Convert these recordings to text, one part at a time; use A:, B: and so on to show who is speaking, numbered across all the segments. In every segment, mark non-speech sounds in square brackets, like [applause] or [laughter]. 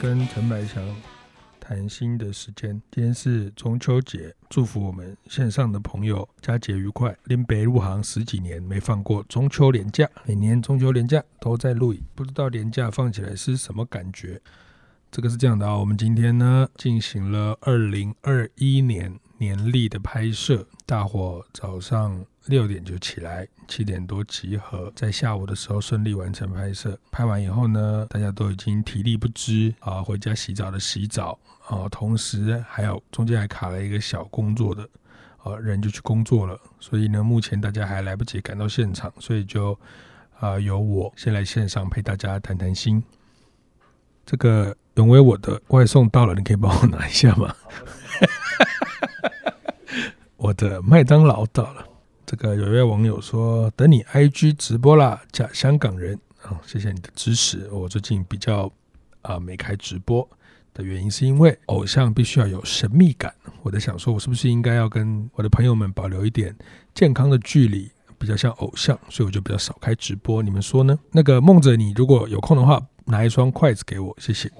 A: 跟陈百强谈心的时间。今天是中秋节，祝福我们线上的朋友佳节愉快。林北入行十几年，没放过中秋连假，每年中秋连假都在录影，不知道连假放起来是什么感觉。这个是这样的啊，我们今天呢进行了二零二一年年历的拍摄，大伙早上六点就起来，七点多集合，在下午的时候顺利完成拍摄。拍完以后呢，大家都已经体力不支啊，回家洗澡的洗澡啊，同时还有中间还卡了一个小工作的。啊，人就去工作了，所以呢，目前大家还来不及赶到现场，所以就啊、由我先来线上陪大家谈谈心。这个永威我的外送到了，你可以帮我拿一下吗？我的麦当劳到了。这个有一位网友说：“等你 IG 直播啦，假香港人。”哦，谢谢你的支持。我最近比较啊、没开直播的原因，是因为偶像必须要有神秘感。我在想说，我是不是应该要跟我的朋友们保留一点健康的距离，比较像偶像，所以我就比较少开直播。你们说呢？那个梦着，你如果有空的话，拿一双筷子给我，谢谢。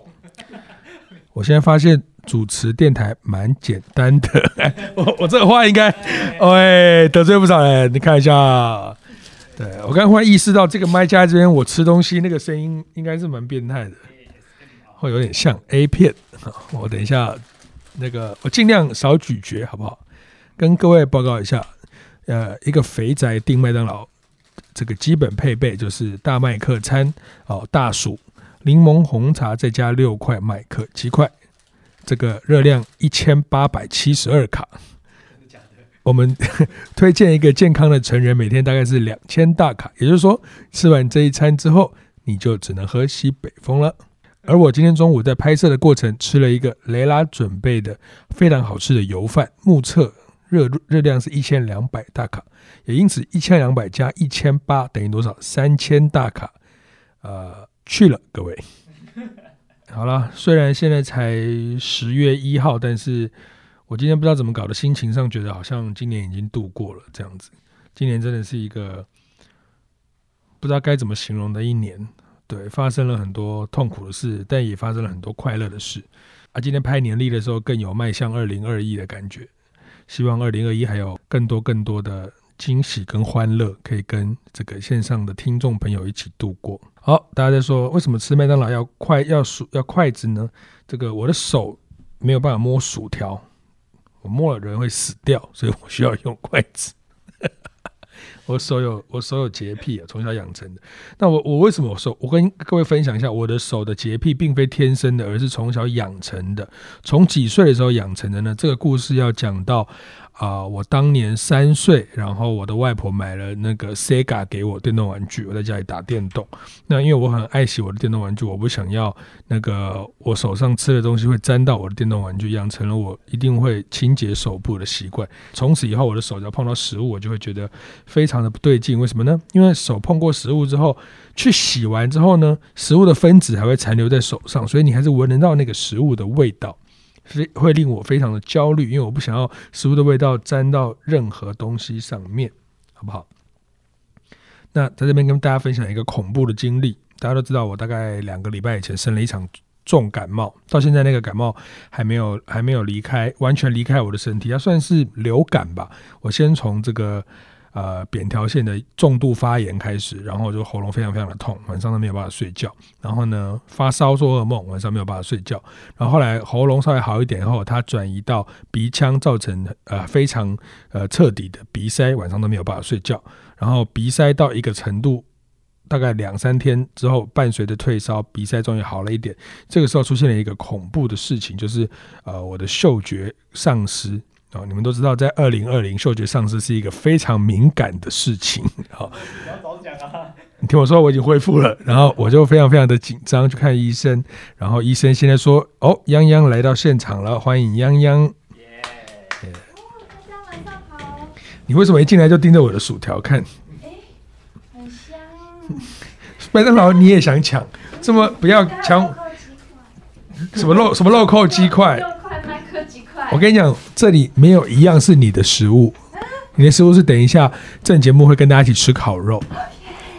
A: 我现在发现主持电台蛮简单的， [laughs] 我我这话应该，哎，得罪不少人，你看一下。对我刚才忽然意识到，这个麦架这边我吃东西那个声音应该是蛮变态的，会有点像 A 片。我等一下那个我尽量少咀嚼，好不好？跟各位报告一下，呃，一个肥宅订麦当劳，这个基本配备就是大麦克餐哦，大薯、柠檬红茶再加六块麦克七块，这个热量一千八百七十二卡。我们 [laughs] 推荐一个健康的成人，每天大概是两千大卡，也就是说，吃完这一餐之后，你就只能喝西北风了。而我今天中午在拍摄的过程吃了一个雷拉准备的非常好吃的油饭，目测热热量是一千两百大卡，也因此一千两百加一千八等于多少？三千大卡，呃，去了各位。 [laughs] 好了，虽然现在才十月一号，但是我今天不知道怎么搞的，心情上觉得好像今年已经度过了这样子。今年真的是一个不知道该怎么形容的一年，对，发生了很多痛苦的事，但也发生了很多快乐的事。啊，今天拍年历的时候更有迈向二零二一的感觉，希望二零二一还有更多更多的惊喜跟欢乐，可以跟这个线上的听众朋友一起度过。好，大家在说为什么吃麦当劳要筷要薯要筷子呢？这个我的手没有办法摸薯条，我摸了人会死掉，所以我需要用筷子。 [laughs] 我手有我手有洁癖啊，从小养成的。那我我为什么我手？我跟各位分享一下，我的手的洁癖并非天生的，而是从小养成的。从几岁的时候养成的呢？这个故事要讲到啊、我当年三岁，然后我的外婆买了那个 Sega 给我电动玩具，我在家里打电动。那因为我很爱惜我的电动玩具，我不想要那个我手上吃的东西会沾到我的电动玩具，养成了我一定会清洁手部的习惯。从此以后，我的手只要碰到食物，我就会觉得非常的不对劲。为什么呢？因为手碰过食物之后，去洗完之后呢，食物的分子还会残留在手上，所以你还是闻得到那个食物的味道，非会令我非常的焦虑，因为我不想要食物的味道沾到任何东西上面，好不好？那在这边跟大家分享一个恐怖的经历。大家都知道，我大概两个礼拜以前生了一场重感冒，到现在那个感冒还没有还没有离开，完全离开我的身体，它算是流感吧。我先从这个呃扁桃腺的重度发炎开始，然后就喉咙非常非常的痛，晚上都没有办法睡觉。然后呢，发烧做噩梦，晚上没有办法睡觉。然后后来喉咙稍微好一点后，它转移到鼻腔，造成呃非常呃彻底的鼻塞，晚上都没有办法睡觉。然后鼻塞到一个程度，大概两三天之后，伴随着退烧，鼻塞终于好了一点。这个时候出现了一个恐怖的事情，就是呃，我的嗅觉丧失。哦，你们都知道，在二零二零，嗅觉丧失是一个非常敏感的事情。好、
B: 你要早讲啊！
A: 你听我说，我已经恢复了，然后我就非常非常的紧张去看医生，然后医生现在说，哦，泱泱来到现场了，欢迎泱泱。
C: 大家晚上好，
A: 你为什么一进来就盯着我的薯条看？ [laughs]
C: 很香。
A: 麦当劳你也想抢？这么不要抢什么肉什么肉扣鸡块？
C: 六块麦克鸡块。
A: 我跟你讲，这里没有一样是你的食物，你的食物是等一下正节目会跟大家一起吃烤肉，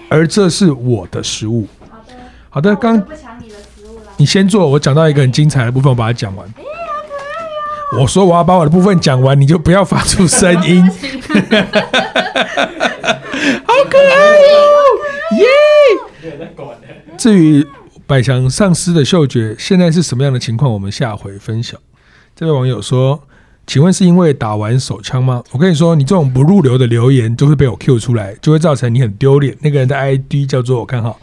A: 而这是我的食物。
C: 好的，
A: 好的，
C: 那我就
A: 刚
C: 不抢你的食物了。
A: 你先做，我讲到一个很精彩的部分，我把它讲完。我说我要把我的部分讲完，你就不要发出声音。好可爱哦，耶！至于百祥丧尸的嗅觉现在是什么样的情况，我们下回分享。这位网友说：“请问是因为打完手枪吗？”我跟你说，你这种不入流的留言就会被我 Q 出来，就会造成你很丢脸。那个人的 ID 叫做我看哈，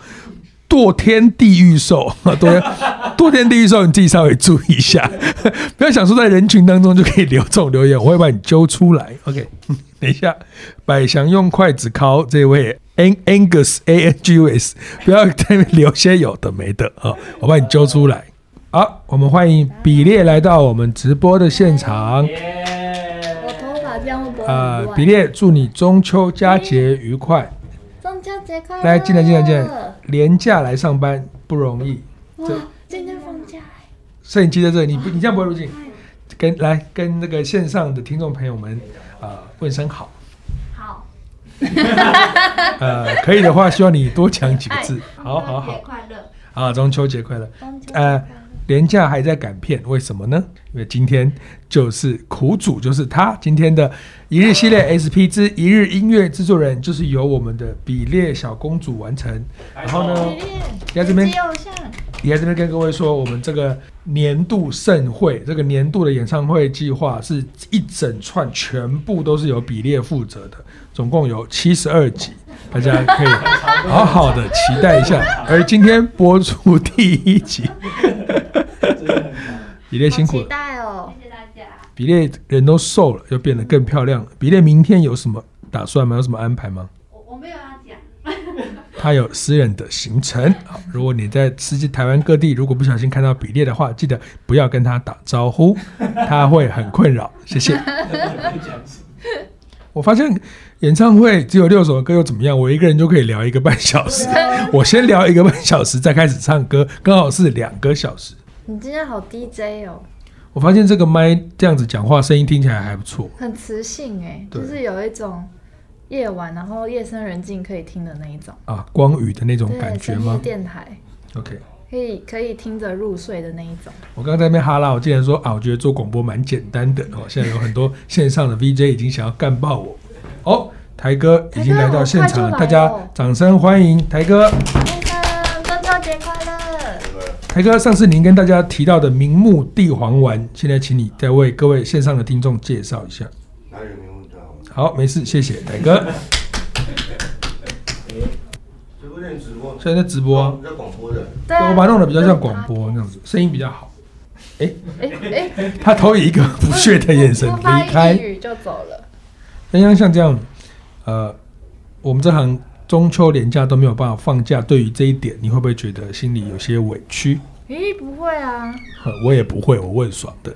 A: 堕天地狱兽， [laughs] 堕天堕天地狱兽，你自己稍微注意一下， [laughs] 不要想说在人群当中就可以留这种留言，我会把你揪出来。OK，等一 [laughs] 下，百祥用筷子敲这位 Ang Angus A N G U S，不要在那边留些有的没的啊、我把你揪出来。好，我们欢迎比列来到我们直播的现场。
C: 我头发这样会不会
A: 呃
C: 很，乱
A: 比列，祝你中秋佳节愉快！
C: 中秋节快乐！
A: 来，进来，进来，进来！廉价来上班不容易，这
C: 哇，今天放假，哎
A: 摄影机在这里，你不，你这样不会入镜。跟来跟那个线上的听众朋友们，呃，问声好。
C: 好，
A: [laughs] 呃，可以的话，希望你多讲
C: 哎
A: 几个字。好好
C: 中秋
A: 好
C: 节快乐！
A: 啊，中秋节快乐！
C: 中秋节快乐
A: 呃，廉价还在赶片，为什么呢？因为今天就是苦主，就是他今天的一日系
C: [laughs]
A: 列 SP 之一日音乐制作人，就是由我们的比列小公主完成。然后呢，
C: 哎比
A: 在
C: 利
A: 这边
C: 比利偶像，
A: 也在这边跟各位说，我们这个年度盛会，这个年度的演唱会计划是一整串，全部都是由比列负责的，总共有七十二集，大家可以好好的期待一下。而今天播出第一集，比列辛苦
C: 好
A: 了
C: 期，待哦！
D: [laughs]
A: 比列人都瘦了，又变得更漂亮了。比列明天有什么打算吗？有什么安排吗？
B: 我我没有要讲，
A: 他有私人的行程好，如果你在世界台湾各地，如果不小心看到比列的话，记得不要跟他打招呼，他会很困扰。谢谢。我发现演唱会只有六首歌又怎么样？我一个人就可以聊一个半小时。我先聊一个半小时，再开始唱歌，刚好是两个小时。
C: 你今天好 DJ 哦，
A: 我发现这个麦这样子讲话，声音听起来还不错。
C: 很磁性哎，
A: 对
C: 就是有一种夜晚然后夜深人静可以听的那一种，
A: 啊，光宇的那种感
C: 对，
A: 觉
C: 深夜
A: 吗
C: 电台
A: ？OK，
C: 可以可以听着入睡的那一种。
A: 我刚刚在那边哈拉，我竟然说啊，我觉得做广播蛮简单的哦。现在有很多线上的 VJ 已经想要干爆我。哦，台哥已经来到现场，大
C: 台哥好快就来
A: 家
C: 哦
A: 掌声欢迎台哥。
C: 先生，中秋节快乐！
A: 台哥，上次您跟大家提到的明目地黄丸，现在请你再为各位线上的听众介绍一下。
E: 哪有名文章啊？
A: 好，没事，谢谢台哥。
E: 直播间直播吗，
A: 现在在直播啊，
E: 在广播的，
C: 对啊
A: 我把它弄得比较像广播那样子，声音比较好。
C: 哎哎，
A: 他投以一个不屑的眼神
C: 我发
A: 离
C: 一
A: 开。
C: 语就走了。
A: 那像像这样，呃，我们这行中秋连假都没有办法放假，对于这一点，你会不会觉得心里有些委屈？
C: 咦，不会啊，
A: 呵我也不会，我问爽的。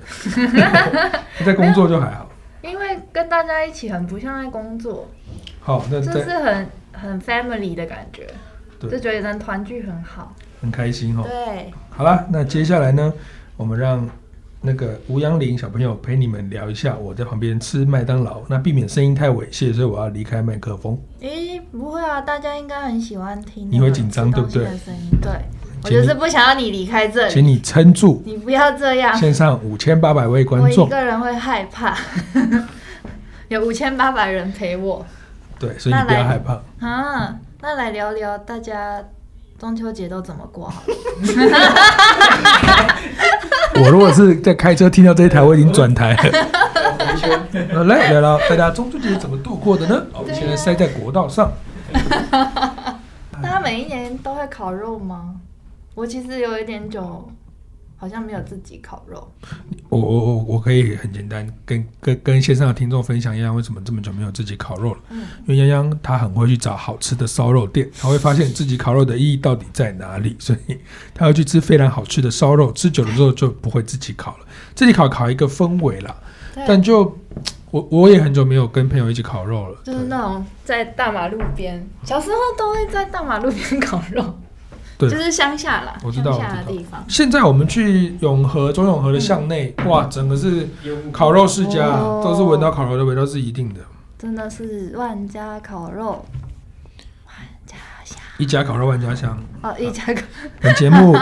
A: 在工作就还好。
C: 因为跟大家一起很不像在工作，
A: 好，那
C: 就
A: 在
C: 是很很 family 的感觉，
A: 对
C: 就觉得能团聚很好。
A: 很开心哈、哦。
C: 对，
A: 好啦，那接下来呢，我们让那个吴央林小朋友陪你们聊一下。我在旁边吃麦当劳，那避免声音太猥亵，所以我要离开麦克风。
C: 咦，不会啊，大家应该很喜欢听
A: 你会紧张对不对
C: 吃东西的声音，对，我就是不想要你离开这
A: 请
C: 里，
A: 你撑住，
C: 你不要这样，
A: 线上五千八百位
C: 我
A: 观
C: 一
A: 众。
C: 个人会害怕。 [laughs] 有五千八百人陪我
A: 对，所以你不要害怕。
C: 啊！那来聊聊大家中秋节都怎么
A: [laughs]
C: 过好了？
A: 我如果是在开车听到这一台，我已经转台了。那来聊聊大家中秋节怎么度过的呢？我们现在塞在国道上，
C: 大家每一年都会烤肉吗？我其实有一点久，好像没有自己烤肉。
A: 我我我我可以很简单跟跟跟线上的听众分享，泱泱为什么这么久没有自己烤肉了？因为泱泱她很会去找好吃的烧肉店，她会发现自己烤肉的意义到底在哪里，所以她要去吃非常好吃的烧肉，吃久了之后就不会自己烤了，自己烤烤一个氛围啦。
C: 对
A: 但就我我也很久没有跟朋友一起烤肉了，
C: 就是那种在大马路边，小时候都会在大马路边烤肉，
A: [laughs] 对
C: 就是乡下啦，
A: 我知
C: 乡
A: 道
C: 下
A: 我
C: 的
A: 知道
C: 地方。
A: 现在我们去永和中永和的巷内，哇，整个是烤肉世家，
C: 嗯哦
A: 都是闻到烤肉的味道是一定的。
C: 真的是万家烤肉，万家香。
A: 一家烤肉万家香。
C: 哦，一家
A: 啊
C: 个
A: 本节
C: [laughs]
A: 目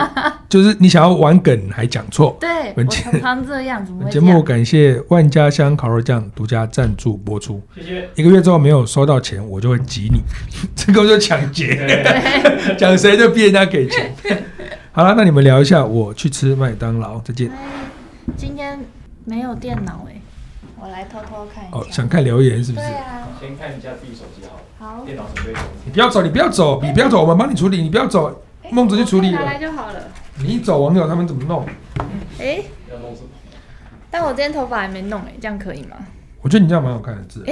A: 就是你想要玩梗还讲错。
C: 对，我
A: 文件
C: 常常这样，怎么
A: 本
C: 会
A: 节
C: 这
A: 目
C: 样？
A: 感谢万家香烤肉酱独家赞助播出。
B: 谢谢。
A: 一个月之后没有收到钱，我就会挤你， [laughs] 这个就抢劫，[laughs]
C: 对，
A: 讲谁就逼人家给钱。好了，那你们聊一下，我去吃麦当劳，再见。
C: 哎今天没有电脑哎，我来偷偷看
A: 哦，
C: 一下。
A: 想看留言是不
C: 对
A: 是？
C: 啊，
B: 先看一下自己手机好了，
C: 好，
B: 电脑准备好。
A: 你不要走，你不要走，你不要走，我们帮你处理，你不要走。
C: 哎
A: 孟子去处理
C: 我
A: 了
C: 拿来就好了。
A: 你一走，网友他们怎么弄？
C: 哎，
B: 要弄什么？
C: 但我今天头发还没弄哎，这样可以吗？
A: 我觉得你这样蛮好看的字。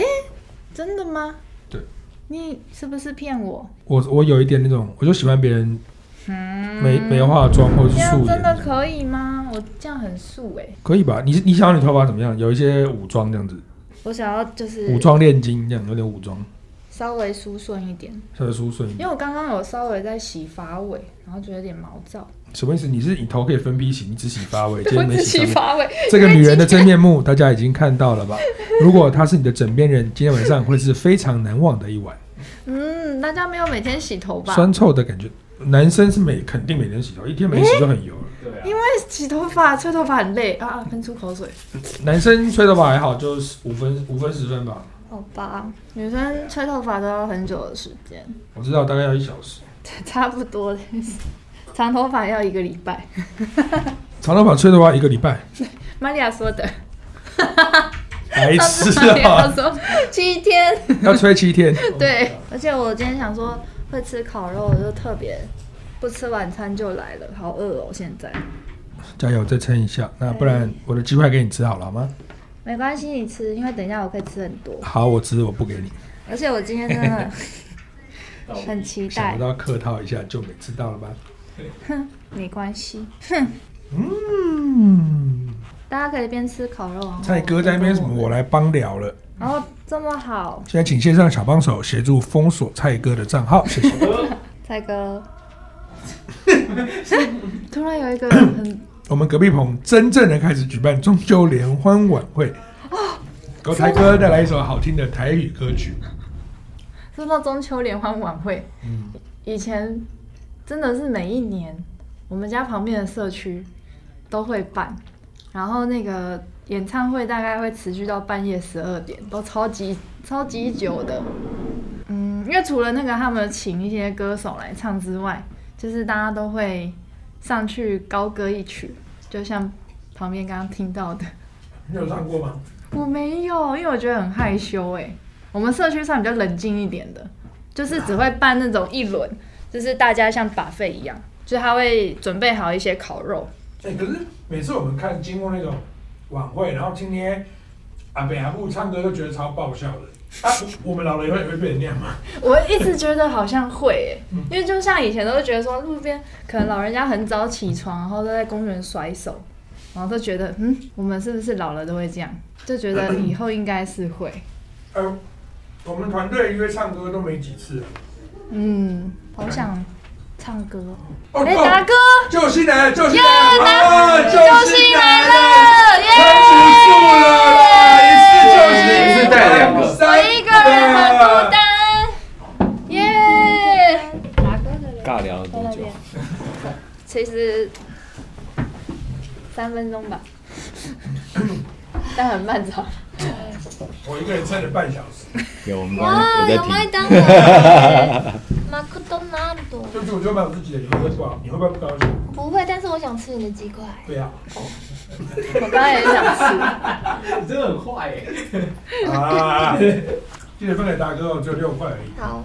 C: 真的吗？
A: 对，
C: 你是不是骗我？
A: 我我有一点那种，我就喜欢别人
C: 嗯，
A: 没没化妆或者
C: 这
A: 是
C: 样
A: 素
C: 真的
A: 颜，
C: 可以吗？我这样很素哎，
A: 可以吧？你你想要你头发怎么样？有一些武装这样子，
C: 我想要就是
A: 武装炼金这样，有点武装，
C: 稍微梳顺一点，
A: 稍微梳顺一
C: 因为
A: 点。
C: 我刚刚有稍微在洗发尾，然后觉得有点毛躁，
A: 什么意思？你是你头可以分批洗，你只洗发尾，今
C: 我
A: 天没
C: 只
A: 洗
C: 洗
A: 上面。
C: 发尾，
A: 这个女人的真面目大家已经看到了吧？如果她是你的枕边人，今天晚上会是非常难忘的一晚。
C: [laughs] 嗯，大家没有每天洗头吧？
A: 酸臭的感觉。男生是每肯定每天洗头，一天没洗就很油了。
B: 对啊，
C: 因为洗头发、吹头发很累啊，啊喷出口水。
A: 男生吹头发还好，就是五分五分十分吧，
C: 好吧，女生吹头发都要很久的时间， [laughs]
A: 我知道大概要一小时。
C: 差不多的意思。长头发要一个礼拜，
A: [laughs] 长头发吹头发一个礼 [laughs] 拜，
C: 玛利亚说
A: [laughs]
C: 的。
A: 白
C: 上
A: 痴
C: 次玛利亚
A: 啊，
C: 说七天，
A: 要吹七天。
C: 对。而且我今天想说会吃烤肉，我就特别不吃晚餐就来了，好饿哦！现在
A: 加油，再撑一下。那不然我的鸡块给你吃好了好吗？
C: 没关系，你吃，因为等一下我可以吃很多。
A: 好，我吃，我不给你。
C: 而且我今天真的
B: 到
C: 很期
A: 想
C: 待
A: 不，到客套一下就没吃到了吧？
C: 没关
A: [laughs]
C: 系。
A: 嗯，
C: 大家可以边吃烤肉，然后
A: 蔡哥在那边什么，我来帮聊了。
C: 然后这么好，
A: 现在请线上小帮手协助封锁蔡哥的账号，谢谢。
C: 蔡哥，突然有一个很
A: 我们隔壁棚真正的开始举办中秋联欢晚会。
C: 哦
A: 狗台哥带来一首好听的台语歌曲，
C: 说到中秋联欢晚会，
A: 嗯
C: 以前真的是每一年我们家旁边的社区都会办，然后那个演唱会大概会持续到半夜十二点，都超级超级久的。嗯，因为除了那个他们请一些歌手来唱之外，就是大家都会上去高歌一曲，就像旁边刚刚听到的。
A: 你有唱过吗？
C: 我没有，因为我觉得很害羞哎、我们社区上比较冷静一点的，就是只会办那种一轮，就是大家像把费一样，就是他会准备好一些烤肉。
A: 哎、可是每次我们看经过那种晚会，然后今天阿北阿布唱歌都觉得超爆笑的。啊，我们老了以后也会变成那样吗？
C: 我一直觉得好像会、欸，因为就像以前都会觉得说路边可能老人家很早起床，然后都在公园甩手，然后都觉得嗯，我们是不是老了都会这样？就觉得以后应该是会，
A: 呃，我们团队约唱歌都没几次了。
C: 嗯，好想唱歌，
A: 哦
C: 哎、达哥，
A: 救星来了，救星
C: 耶
A: 来
C: 达
A: 了，哦
C: 救星来了，耶！
A: 撑不住了啦，一次救
B: 耶
A: 星，
B: 一次带两个
A: 三
C: 我一个人很孤单。耶、打歌的人
B: 尬聊了
C: 在那
B: 多久
C: 边？，其实三分钟吧，但很漫长。
A: 我一个人撑了半小时，
B: 有我们刚刚有
D: 哇，有
B: 在
D: 麦
B: 听。
D: 当劳，马 [laughs] 克多纳多。
A: 对不起，我就买我自己的，你会不会不好？你会不会不高兴？
D: 不会，但是我想吃你的鸡块。
A: 对呀、
C: 我刚刚也想吃，
B: 你真的很坏耶！
A: 啊，啊，记得分给大哥哦，只有六块而已，
D: 好，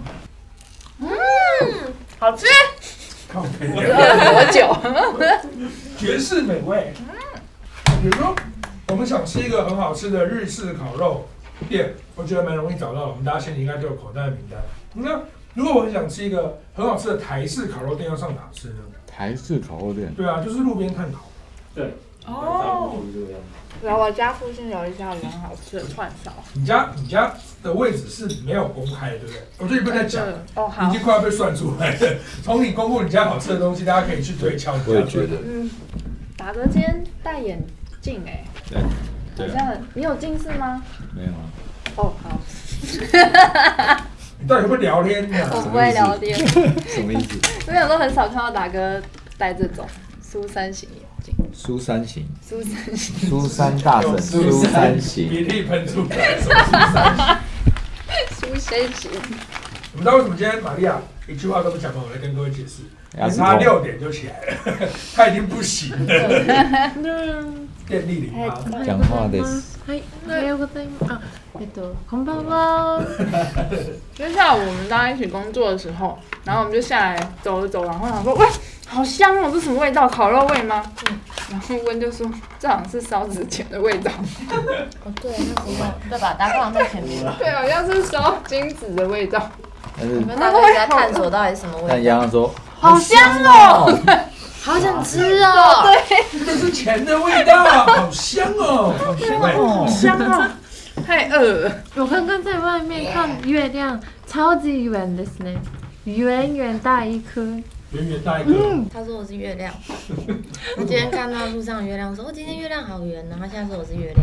C: 好吃，
A: 靠北
C: 多久？
A: 绝世美味。比如说，我们想吃一个很好吃的日式烤肉店，我觉得蛮容易找到的，我们大家心里应该都有口袋的名单。嗯那如果我很想吃一个很好吃的台式烤肉店，要上哪吃呢？
F: 台式烤肉店，
A: 对啊，就是路边炭烤。
C: 哦，然后我家附近有一家有很好吃的串烧，
A: 你家你家的位置是没有公开的，对不对？我觉得你不能讲，
C: 对哦
A: 已
C: 好
A: 经，快要被算出来了。从你公布你家好吃的东西，大家可以去推敲。
F: 我也觉得，
C: 嗯，达哥今天戴眼镜哎、
F: 对
C: 好
F: 啊，
C: 像很你有近视吗？
F: 没有啊，
C: 哦好，
A: 你到底会不会聊天啊呢、
C: 我不会聊天，
F: 什么意思？
C: 因为我都很少看到达哥戴这种苏三型 [laughs] 眼镜，
F: 苏三行，
C: 苏三型。
F: 苏三大神，苏三行，
A: 涕喷出来。
C: 苏三型，
A: 你们知道为什么今天玛利亚一句话都不讲吗？我来跟各位解释，
F: 牙齿
A: 她
F: 痛
A: 六点就起来了，她已经不行了， [laughs] 电力零八。
F: 讲话的
G: はい、おはようございます。あ、えっと、こんばんは。
C: 就下午我们大家一起工作的时候，然后我们就下来走了走，然后想说，喂，好香哦，这什么味道？烤肉味吗？然后温就说，这好像是烧纸钱的味道。
D: 哦，对，那时候
G: 对吧？达康在前面，
C: 对，好像是烧金子的味道。
F: 但是
G: 我们大家在探索到底什么
F: 但
G: 味
F: 洋洋说
G: 好香哦，好想吃哦。
A: 这是钱的味道，好香哦，好香哦！
C: 香啊，太饿了。
G: 我刚刚在外面看月亮，超级圆的呢，圆圆大一颗。
A: 远远大一个，
D: 他说我是月亮。 [laughs] 我今天看到路上的月亮，说哦，今天月亮好圆，然后现在说我是月亮。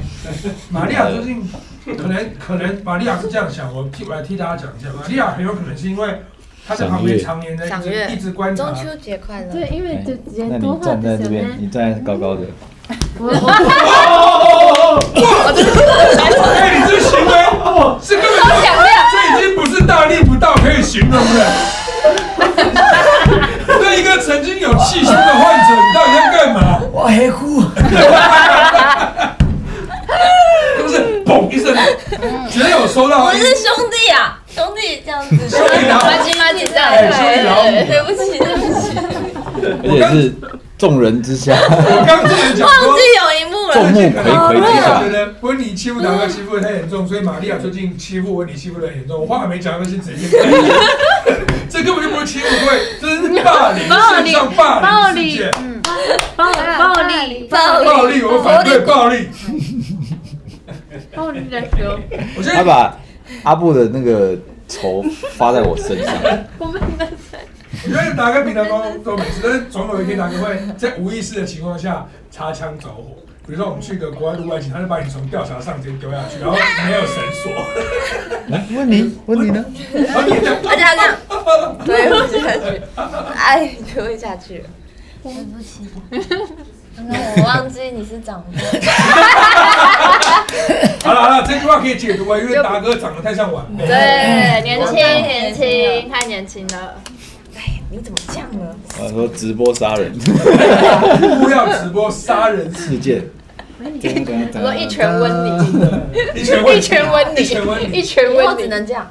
A: 玛利亚最近可能可能玛利亚是这样想，我替我来替大家讲一下，玛利亚很有可能是因为她在旁边常年的一
D: 赏
A: 直
D: 月
A: 一直观察
D: 中，秋节快乐。
G: 对，因为就
F: 那
G: 人
F: 你
G: 多话
F: 站在
D: [laughs]
G: 的
F: 这
G: 小
F: 边，
G: 呢。
F: 你站在高高的，
G: 我我
A: 哎，你这行为哦，是根本就这已经不是大逆不道可以形容了。对一个曾经有气胸的患者，你到底在干嘛？
F: 我黑哭，
A: 是不是嘣一声，觉得有收到
D: 我是兄弟啊，兄弟这样子。
A: 兄弟老
D: 麻吉麻吉这样
A: 哎兄弟老母
D: 对不起，对不起，
F: 而且是众人之下，
A: 我刚这人讲
D: 忘
A: 说
D: 记。有一幕了。
F: 众目睽睽之
A: 觉
F: 下，
A: 得温妮欺负达哥欺负的太严重，所以玛利亚最近欺负温妮欺负的很严重。我话还没讲，他先直接开始这根本就不是欺负，各位，这是霸凌，
G: 暴
A: 世
G: 力
A: 界上霸凌事件，
G: 暴暴力
D: 暴
A: 暴力，我反对暴力。
G: 暴力的球，
A: 我觉
F: 他
A: 得
F: 把阿布的那个仇发在我身上，
G: 我们的
A: 因为达哥平常都都没事，但是总有一天达哥会在无意识的情况下擦枪走火。比如说我们去一个国外录外景，他就把你从吊桥上直接丢下去，然后没有绳索，
F: 来 [laughs] 问你问你呢？
A: 然后你也这样
D: 而且他这样推不下去，哎，推不下去了。对不起，我忘记你是长辈。
A: 好了好了，这句话可以解读啊，因为达哥长得太像晚辈。
C: 对，年轻年
D: 嗯
C: 轻，太年轻了。
D: 你怎么这样了？
F: 我说直播杀 [laughs] 人
A: 不要直播杀人
F: 事件，我
C: 我一拳温你，
A: 一拳
C: 一拳温你，
A: 嗯一拳温你，
C: 一拳
D: 以后
C: 温
D: 只
C: 你，
D: 能这样。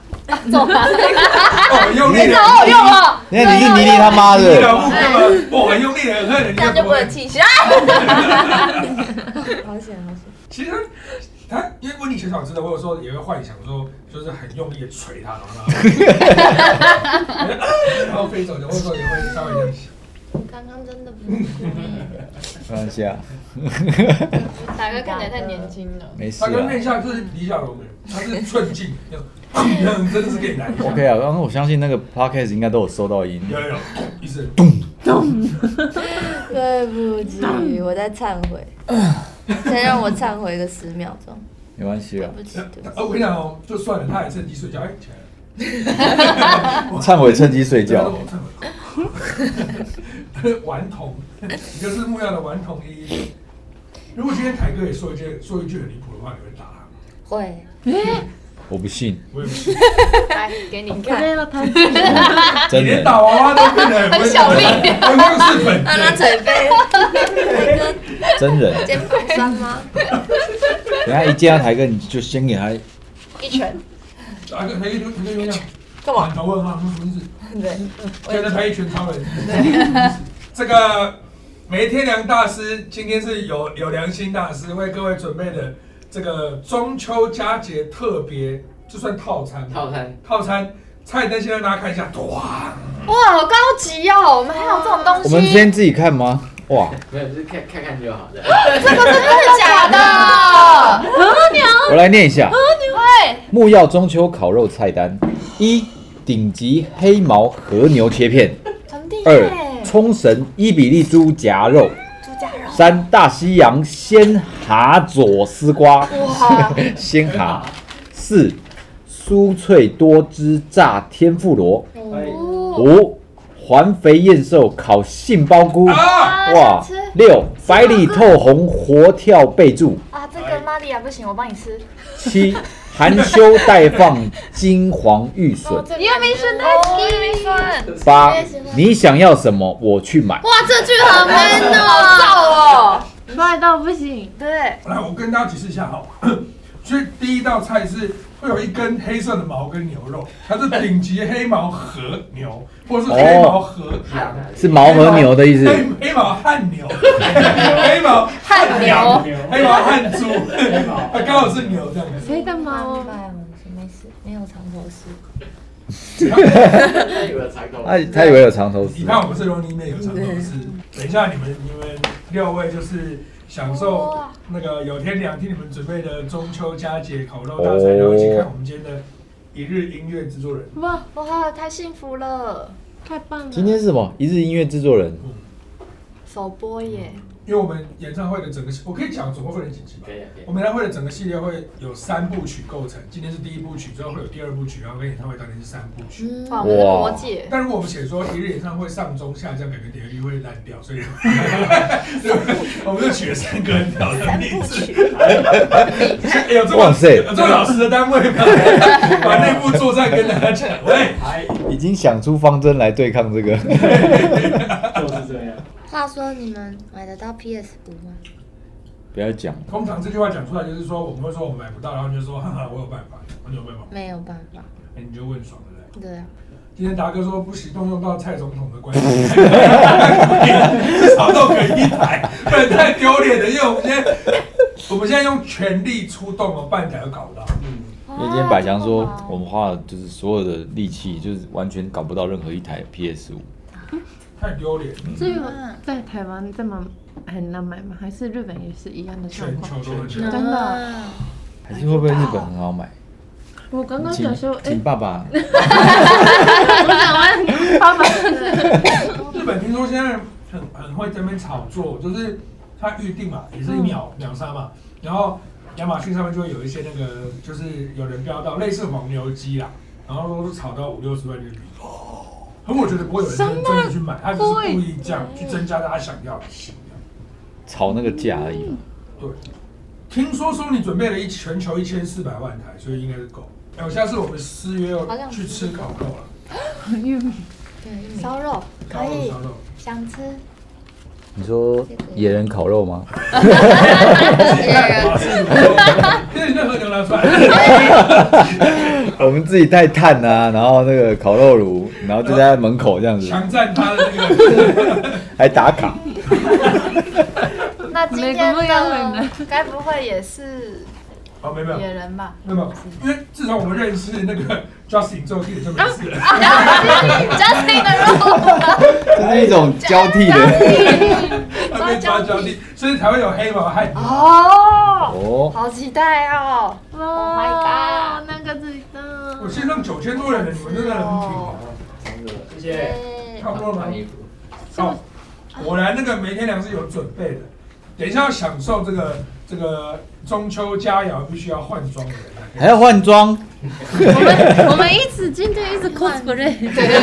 C: 走吧。
A: 哦，用力的，
C: 好用哦，
F: 你看你是妮妮他妈
A: 你老
F: 的，
A: 木干嘛？哇，很用力的，很恨人
D: 这样
A: 家
D: 就
A: 不
D: 不能
A: 会。
D: 气血。好
C: 啊 [laughs]
D: 险好险！
A: 其实他因为温妮小小只的，我有时候也会幻想说，就是很用力的捶他，然后让他然后飞走的，我有时候也会稍微这样想。
D: 刚刚真的不是故意的，
F: 开玩笑，
C: 大哥看起来太年轻了。
F: 没事
A: 他跟
F: 啊
A: 面相就是李小龙的，他是寸劲，那种真的是给男
F: ，OK 啊，然后我相信那个 podcast 应该都有收到音，
A: 有有有，一声。
D: 对不起，我在忏 [laughs] 悔。先让我忏悔个十秒钟，
F: 没关系
D: 对
F: 啊，
D: 不起，对不
A: 呃，我跟你讲哦，就算了，他也趁机睡觉，哎，起来了。
F: 忏悔趁机睡觉，
A: [laughs] 顽童，你就是木曜的顽童一一。如果今天凯哥也说一句说一句很离谱的话，你会打他吗？
D: 起。会，
F: 我不信，
A: 我也不信，
C: 来，给你
G: 我
C: 看。
G: 们的弹
A: 你
F: 真
A: 连
F: 的，
A: 打娃娃都变得很
C: 小力
A: 很忘事本。
D: 让他捶背，
F: 真人，
D: 肩膀酸吗？
F: 等一下一见到台哥你就先给他
C: 一拳，
A: 打个台一拳，台一拳
D: 干
A: 满
D: 嘛？
A: 头问号，什么意思？
D: 对，
A: 现在拍一拳超人。这个梅天良大师今天是有有良心大师为各位准备的这个中秋佳节特别，就算套餐吧。
B: 套餐
A: 套餐菜单先让大家看一下，哇！
C: 哇，好高级哦！我们还有这种东
F: 我
C: 西，
F: 们先自己看吗？哇，
B: 没有，就是看看看就好了。
C: 真的假的？
F: 我来念一下：
C: 对，
F: 木曜中秋烤肉菜单：一、顶级黑毛和牛切片；
C: 很厉
F: 二、
C: 害。
F: 冲绳伊比利猪夹肉；三、大西洋 [laughs] 鲜蛤佐丝瓜；
C: 哇，
F: 鲜蛤；四、酥脆多汁炸天妇罗。
C: 哦，
F: 五环肥燕瘦烤杏鲍菇。
A: 啊
F: 哇
D: 想吃！
F: 六百里透红活跳备注。
D: 啊，这个玛利亚不行，我帮你吃。
F: 七含羞待放金黄玉笋。
D: 夜明顺太酸。
F: 八你想要什么我去买。
D: 哇，这句好 man 哦，好
C: [laughs]
D: 燥哦。
G: 卖到不行，
D: 对，
A: 来，我跟大家解释一下哈， [clears throat] 所以第一道菜是会有一根黑色的毛跟牛肉，它是顶级黑毛和牛，或者是黑毛和
B: 哦
A: 羊，
B: [laughs]
F: 是毛和牛的意思。
A: 黑黑毛和牛，黑毛
D: 汗
A: 羊
D: 牛。，
A: 黑毛和猪， [laughs] 它刚好是牛这样子。
G: 谁的猫？
D: 没事，没有长头丝。
B: 他以为才够。
F: 他他以为有长头丝
A: 你。看我们是 Running Man 有长头是，等一下你们你们六位就是享受那个有天良替你们准备的中秋佳节烤肉大餐，然后一起看我们今天的一日音乐制作人。
G: 哇，
D: 哇，太幸福了，
G: 太棒了！
F: 今天是什么？一日音乐制作人。
C: 首播耶！
A: 因为我们演唱会的整个，我可以讲总共分成几集吧
B: 可。以啊可以
A: 我们演唱会的整个系列会有三部曲构成，今天是第一部曲，之后会有第二部曲，然后跟演唱会当天是三部曲。
C: 哇，我们的罗姐，
A: 但如果我们写说一日演唱会上中下这样，感觉点击率会烂掉，所以所以我们就取了三个很屌的名字。哎有这么
F: 哇塞
A: 有这么老师的单位吗？把内部作战跟大家讲，喂，
F: 已经想出方针来对抗这个。
B: 就是这样。
D: 话说你们买得到 PS 五吗？
F: 不要讲，
A: 通常这句话讲出来就是说，我们会说我们买不到，然后你就说哈哈，我有办法，我有办法，
D: 没有办法。
A: 哎，你就问爽了。
D: 对啊，
A: 今天达哥说不许动用到蔡总统的关系， [laughs] 至少弄个一台，不然太丢脸了。因为我们现在，我们现在用全力出动哦，半台都搞不到。
F: 因为今天百强说我们花了就是所有的力气，就是完全搞不到任何一台 PS 五。
A: 太丢脸，
G: 所以我在台湾这么很难买吗？还是日本也是一样的状
A: 全
G: 况？
A: 球都很
G: 真
A: 强。
G: 的，
D: 啊
F: 还是会不会日本很好买？
G: 我刚刚
F: 请
G: 想说，哎
F: 请，爸爸，
G: 我想问爸爸，
A: 日本听说现在很很会这边炒作，就是它预定嘛，也是秒、
D: 嗯
A: 秒杀嘛，然后亚马逊上面就会有一些那个，就是有人标到类似黄牛鸡啦，然后都是炒到五六十万日币。
D: 哦
A: 可我觉得不会有人真真的去买，他只是故意这样去增加大家想要的数量。
F: 炒那个价而
G: [laughs]
F: 已嘛。
A: 对，
D: 嗯
A: 听说说你准备了一全球一千四百万台，所以应该是够。哎，我下次我们私约哦
D: 好像
A: 去吃烤肉啊了，
G: 玉米
D: 烧肉
A: 烤
D: 可
A: 肉
D: 以
A: 烧，肉。
D: 想吃。
F: 你说野人烤肉吗？
A: [laughs] 现在你在喝牛奶出来，
D: [laughs]
G: 嗯
F: 我们自己带炭啊，然后那个烤肉炉，然后就在门口这样子，
A: 强占他的那个。
F: 还打卡。
C: 那今
G: 每
C: 天
G: 个不一样的
C: 的嗯该不会也是
A: 好，没有没有。
C: 野人 [laughs] 吧？
A: 那么，因为自从我们认识那个 Justin 之后，基本就没事了。
D: Justin 的肉，
F: 这是一种交替的
A: 他被抓交替，所以才会有黑毛汉。
C: 哦，
F: 哦，
C: 好期待哦！
G: ，Oh
C: my god
G: 那个知道
A: 我，线上九千多人了，你们真的很挺好啊，
B: 谢谢。
A: 差不多了吗
B: 穿？衣服。
A: 好，果然那个梅天良是有准备的。等一下要享受这个这个中秋佳肴，必须要换装的人。
F: 还要换装。
G: 我们我们一直今天一直 cosplay，
B: 对对对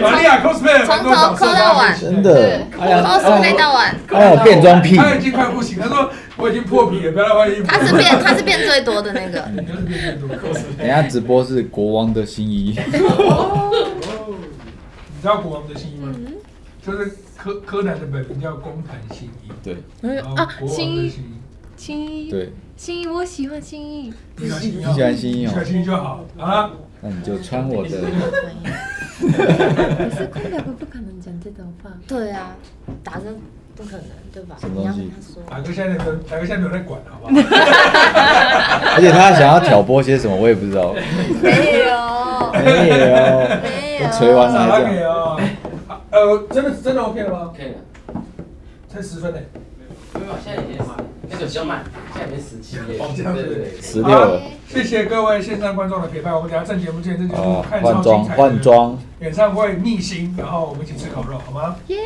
A: 玛利亚 cosplay 了蛮多角色
D: 从头 cos 到尾
F: 真的，哎呀，
D: 都是那到晚，
F: 哎呀，变装癖，
A: 他已经快不行，他说我已经破皮了，不要再换衣服。
D: 他是变他是变最多的那个。
A: 你就是变变多 cosplay。
F: [laughs] 等一下直播是国王的新衣，
D: [laughs]
A: 你知道国王的新衣吗？就是柯柯南的本名叫宫坛新一，
F: 对
A: 然后
G: 啊
A: 国王
G: 新
A: 的
G: 一
A: 新一，
G: 新一，
F: 对，
G: 新一，我喜欢新一，
A: 不喜欢新一
F: 你
A: 哦，
F: 喜欢新衣
A: 不喜
F: 哦
A: 欢，新一就好啊。
F: 那你就穿我的，
G: 可是空调不可能讲这种话，
D: 对啊，打针不可能对吧？
F: 什么
D: 你要
F: 东西
D: 跟 [laughs] 他说。
A: 哪个现在没有，哪个现在没有在管，
F: [laughs]
A: 好不
F: 啊
A: 好？
F: 而且他想要挑拨些什么，我也不知道。
D: [laughs] 没有，
F: [laughs] 没有，
D: 没
F: 都捶完了
A: 哪
F: 还这
A: 给
F: 样。
A: 啊？呃，真的真的 OK 了吗？
B: 可以了。
A: 才十分呢。
B: 没有，现在已经满，那个比较慢，现在已经十七页。
A: 哦这样子
B: 对对对。
F: 十六了，
D: 哎
A: 谢谢各位线上观众的陪伴，我们等一下正节目见，这就是
F: 啊，
A: 看
F: 换
A: 超
F: 装
A: 精彩的
F: 换装，
A: 演唱会逆行，然后我们一起吃烤肉，好吗？
D: 一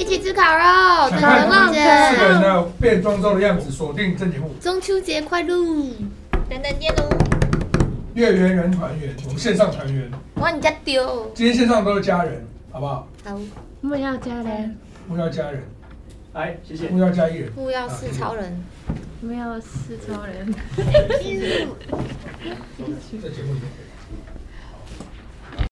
H: 一起吃烤肉，等等
G: 看
H: 空
A: 四个
H: 间，
A: 人的变装周的样子，锁定正节目
H: 中秋节快乐！
D: 等哦等见喽。
A: 《月圆人团圆》，我们线上团圆，
D: 哇，你家丢，
A: 今天线上都是家人，好不好？
H: 好，
G: 木曜家人，
A: 木要家人，
B: 来，哎谢谢。
A: 木要加一人，
D: 不要是超
H: [laughs]
D: 人，
G: 没有四超人。
A: 在节目里面可以。